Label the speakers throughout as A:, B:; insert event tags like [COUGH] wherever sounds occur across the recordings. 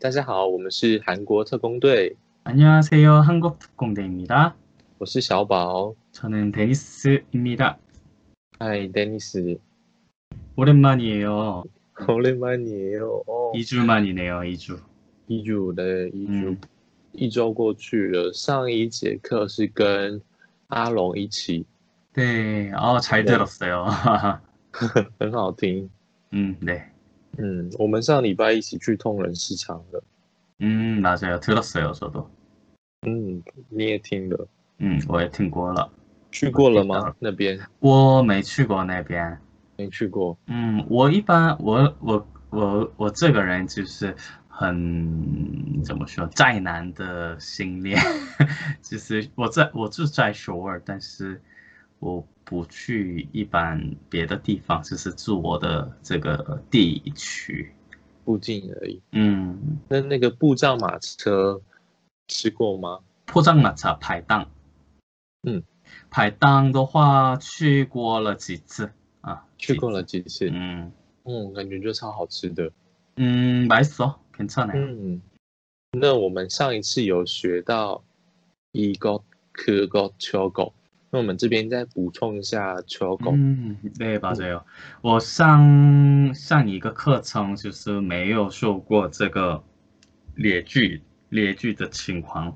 A: 大家好，我们是韩国特工队，
B: 안녕하세요. 한국특공대입니다.
A: 我是小宝。
B: 저는 데니스입니다.
A: 嗨，Dennis，
B: 嗯 오랜만이에요.
A: 오랜만이에요。哦，
B: 2주 만이네요. 2주.
A: 一周的一周
B: 嗯，
A: 一周过去了。上一节课是跟阿龙一起，
B: 네, 아, 잘
A: 네.
B: 들었어요. [LAUGHS]
A: 很好听。
B: 음, 네.
A: 嗯，我们上礼拜一起去通人市场了。
B: 음, 맞아요. 들었어요. 저도.
A: 嗯，你也听了，
B: 음, 我也听过了.
A: 去过了
B: 我知道
A: 吗
B: 了？
A: 那边
B: 我没去过那边。
A: 没去过。
B: 嗯，我一般我我我我这个人就是很怎么说宅男的心恋，就是我在我住在首尔，但是我不去一般别的地方，就是住我的这个地区。
A: 附近而已。
B: 嗯，
A: 那那个布障马车吃过吗？
B: 포장마차排档，
A: 嗯，
B: 排档的话去过了几次啊？
A: 去过
B: 几
A: 了
B: 次。
A: 几次，
B: 嗯
A: 嗯，感觉就超好吃的。
B: 嗯，맛있어괜찮아요。
A: 嗯，那我们上一次有学到一个可个秋狗，那我们这边再补充一下秋狗。
B: 음, 네, 맞아요. 어, 상, 상 이거 课程就是没有受过这个列句列句的情况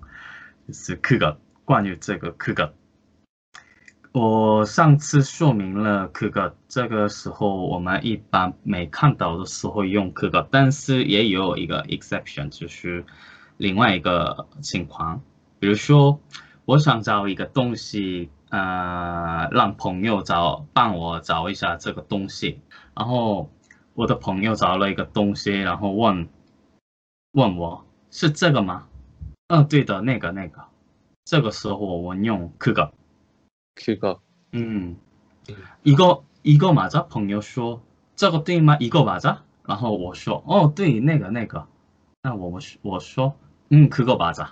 B: 就是그것关于这个그것我上次说明了可个，这个时候我们一般没看到的时候用可个，但是也有一个 exception，就是另外一个情况，比如说我想找一个东西，呃，让朋友找帮我找一下这个东西，然后我的朋友找了一个东西，然后问问我是这个吗？嗯，对的，那个那个，这个时候我们用嗯可个。
A: Q 狗，
B: 음.
A: 음.
B: 이거 이거 맞아? 벙요 쇼. 저거 마 이거 맞아? 然后我说哦对那个那个那我我说嗯 그거 맞아.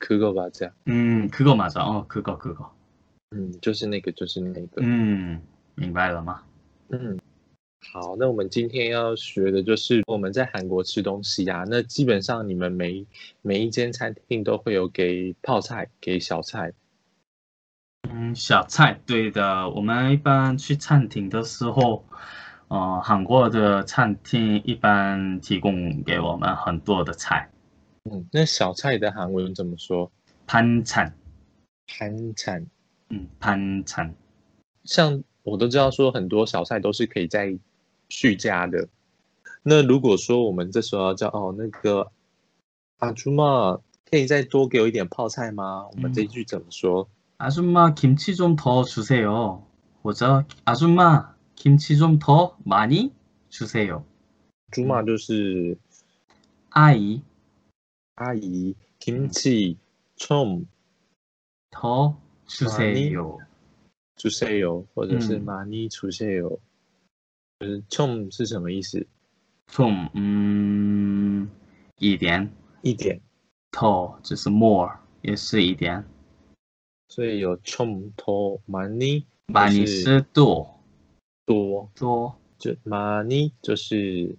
A: Q 狗吧，这样，
B: 음 그거 맞아. 어 그거 그거.
A: 嗯，就是那个，就是那个，
B: 嗯 음明白了吗?
A: 嗯。好，那我们今天要学的就是我们在韩国吃东西呀、那基本上你们每一每一间餐厅都会有给泡菜、给小菜，
B: 嗯，小菜，对的。我们一般去餐厅的时候，呃，韩国的餐厅一般提供给我们很多的菜，
A: 嗯，那小菜的韩文怎么说？
B: 盘菜，
A: 韩产。
B: 嗯，盘菜，
A: 像我都知道说很多小菜都是可以再续加的。那如果说我们这时候要叫哦那个阿朱玛，可以再多给我一点泡菜吗？我们这一句怎么说？
B: 아줌마 김치 좀 더 주세요. 보자. 아줌마 김치 좀 더 많이 주세요.
A: 朱玛就是
B: 아이
A: 阿姨，kimchi chom
B: 더 주세요.
A: j u s e o 或者是
B: 嗯
A: mani j u s e o 就是 chom 是什么意思？
B: 좀 음, 一点
A: 一点，
B: 더就是 more 也是一点
A: 所以有 chom to mani
B: 많이
A: 就是
B: 是多
A: 多，
B: 多
A: 就 mani 就是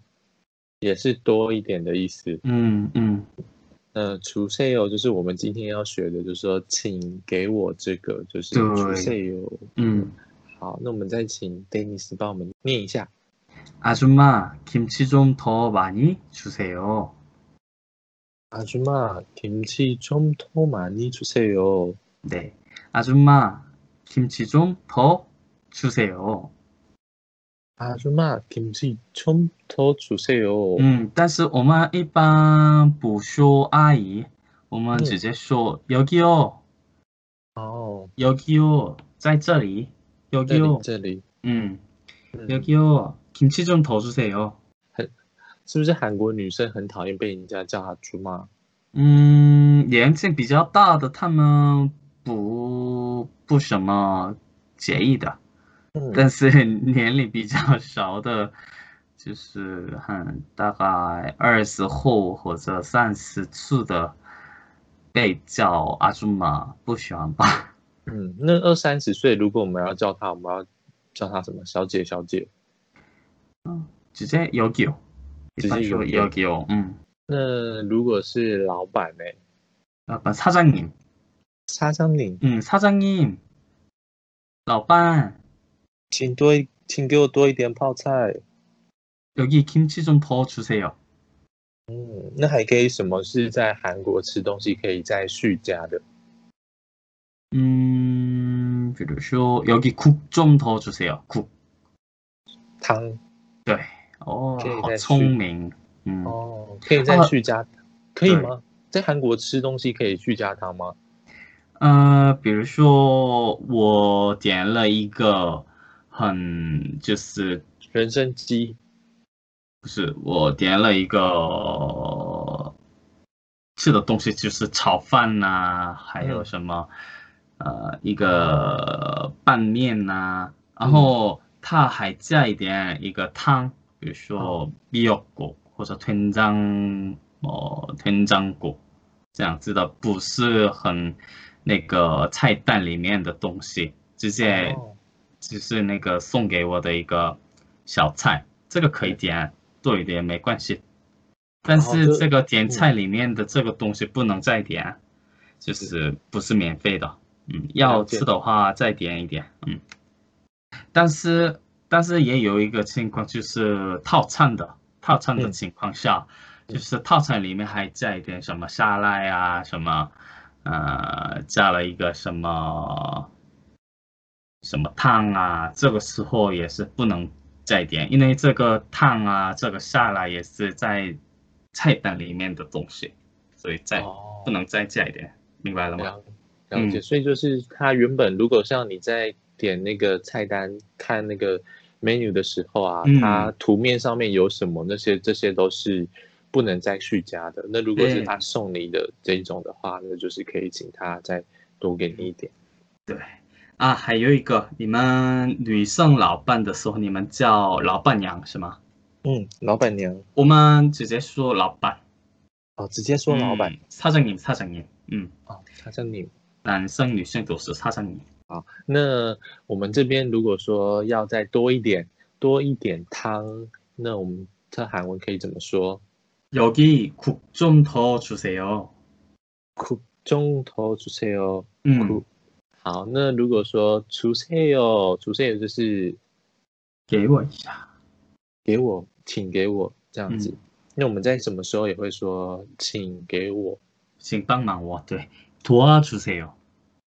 A: 也是多一点的意思。
B: 음, 음.
A: 呃，除 s a l 就是我们今天要学的，就是说，请给我这个，就是
B: 对
A: 除 s a l
B: 음.
A: 好，那我们再请 Dennis 帮我们念一下。
B: 아줌마 김치 좀 더 많이 주세요.
A: 아줌마김치좀더많이주세요。
B: 네. 아줌마 김치 좀 더 주세요.
A: 아줌마김치좀더주세요。
B: 嗯，但是我们一般不说阿姨，我们
A: 嗯
B: 直接说 여기요,
A: 哦，
B: 여기요, 在这里
A: 这里
B: 여기요.
A: 这里，
B: 음,
A: 嗯
B: 여기요. 김치 좀 더 주세요.
A: 是不是韩国女生很讨厌被人家叫阿朱妈？
B: 嗯，年纪比较大的他们不不什么介意的，
A: 嗯，
B: 但是年龄比较小的，就是很大概二十后或者三十出的，被叫阿朱玛不喜欢吧。 [LAUGHS]
A: 嗯，那二三十岁，如果我们要叫她，我们要叫她什么？小姐，小姐。
B: 直接 여기요.
A: 直接
B: 일반 주로
A: 여기요.
B: 여기요. 음.
A: 那如果是老板呢、
B: 老板장님
A: 사장님,
B: 응, 사장님. 老板,
A: 请多一，请给我多一点泡菜。
B: 여기 김치 좀 더 주세요.
A: 嗯，那还可以什么是在韩国吃东西可以在续加的？
B: 음, 그러쇼. 여기 국 좀 더 주세요. 국.
A: 汤
B: 어,
A: 오케이,
B: 어,
A: 네, 어. 주-
B: 聪明. 음.
A: 哦，可以再
B: 啊
A: 续加，可以
B: 对
A: 吗？在韩国吃东西可以续加汤吗？
B: 呃，比如说我点了一个很，就是
A: 人参鸡
B: 不是我点了一个吃的东西，就是炒饭呐、还有
A: 嗯
B: 什么呃一个拌面呐、
A: 嗯
B: 然后它还加一点一个汤，比如说미역국或者된장哦된장국这样子的，不是很那个菜单里面的东西，直接
A: 哦，
B: 就是那个送给我的一个小菜，这个可以点多一点没关系，但
A: 哦
B: 是
A: 就
B: 这个点菜里面的这个东西不能再点，就是不是免费的，嗯，要
A: 了解
B: 吃的话再点一点，嗯，但是但是也有一个情况就是套餐的套餐的
A: 嗯
B: 情况下，
A: 嗯
B: 就是套餐里面还加一点什么沙拉呀、什么呃加了一个什么。什么烫啊，这个时候也是不能再点，因为这个烫啊，这个下来也是在菜单里面的东西，所以再、
A: 哦
B: 不能再加一点，明白了吗？
A: 了了解，所以就是它原本如果像你在点那个菜单看那个 menu 的时候啊，
B: 嗯
A: 它图面上面有什么那些这些都是不能再续加的。那如果是
B: 对
A: 他送你的这一种的话，那就是可以请他再多给你一点。
B: 对啊，还有一个，你们女生老伴的时候，你们叫老伴娘是吗？
A: 嗯，老板娘
B: 我们直接说老板，
A: 哦，直接说老板、
B: 嗯，사장님사장님，嗯，
A: 哦，他叫你。
B: 男生女生都是사장님，
A: 那我们这边如果说要再多一点多一点汤，那我们这韩文可以怎么说？
B: 여기국좀더주세요，
A: 국좀더주세요。
B: 嗯。
A: 국好，那如果说주세요，주세요就是
B: 给我一下。
A: 给我，请给我这样子。
B: 嗯
A: 那我们在什么时候也会说请给我，
B: 请帮忙我，对，도와주세요，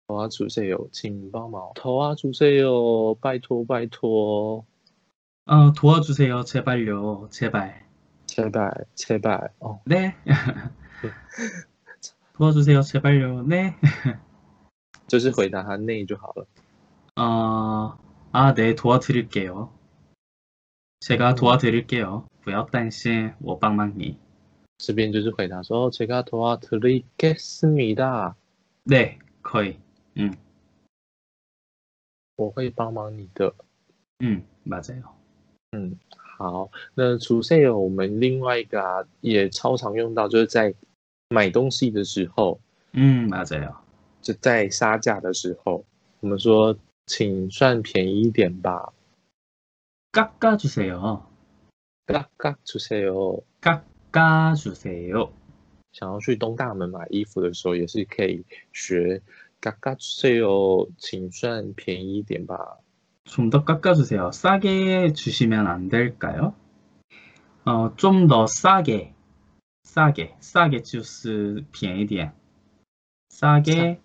A: 더와주세요，请帮忙，더와주세요，拜托拜托，
B: 어, 도와주세요, 제발요, 제발.
A: 제발제발哦，
B: 네. [LAUGHS] 도와주세요, 제발요, 네.
A: 就是回答他内就好了。
B: 어, 아, 네, 도와드릴게요. 제가 도와드릴게요. 不要担心,我帮忙你.
A: 这边就是回答说제가더와드리겠습니다，
B: 네, 거의.
A: 我会帮忙你的。
B: 음, 맞아요.
A: 嗯，好，那除税有我们另外一个啊，也超常用到，就是在买东西的时候，
B: 음, 맞아요.
A: 就在杀价的时候，我们说请算便宜一点吧，
B: 깎아주세요.
A: 嘎嘎除税哦。
B: 깎아주세요.
A: 想要去东大门买衣服的时候，也是可以学嘎嘎除税哦，请算便宜一点吧。
B: 좀 더 깎아주세요. 싸게 주시면 안 될까요? 어, 좀 더 싸게, 싸게, 싸게 주스 便宜点. 싸게,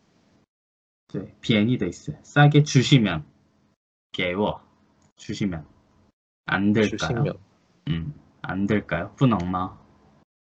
B: 네, 便宜돼 있어. 싸게 주시면, 给我, 주시면 안
A: 许信
B: 될까요?
A: 没有
B: 음, 안 될까요? 不能吗?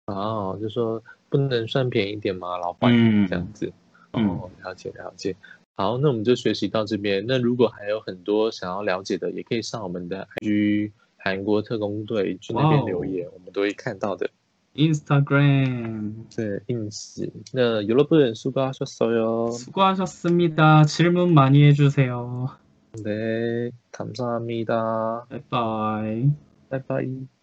A: 哦，就说不能算便宜一点吗，老板？
B: 嗯
A: 这样子。
B: 嗯
A: 哦，了解了解。好，那我们就学习到这边。那如果还有很多想要了解的，也可以上我们的 IG 韩国特工队去那
B: 哇
A: 边
B: 哦
A: 留言，我们都会看到的。
B: 인스타그램
A: 这 ins。那여러분 네, 수고하셨어요。
B: 수고하셨습니다. 질문 많이 해주세요.
A: 네, 네감사합니다。
B: 바이바이.
A: 拜拜。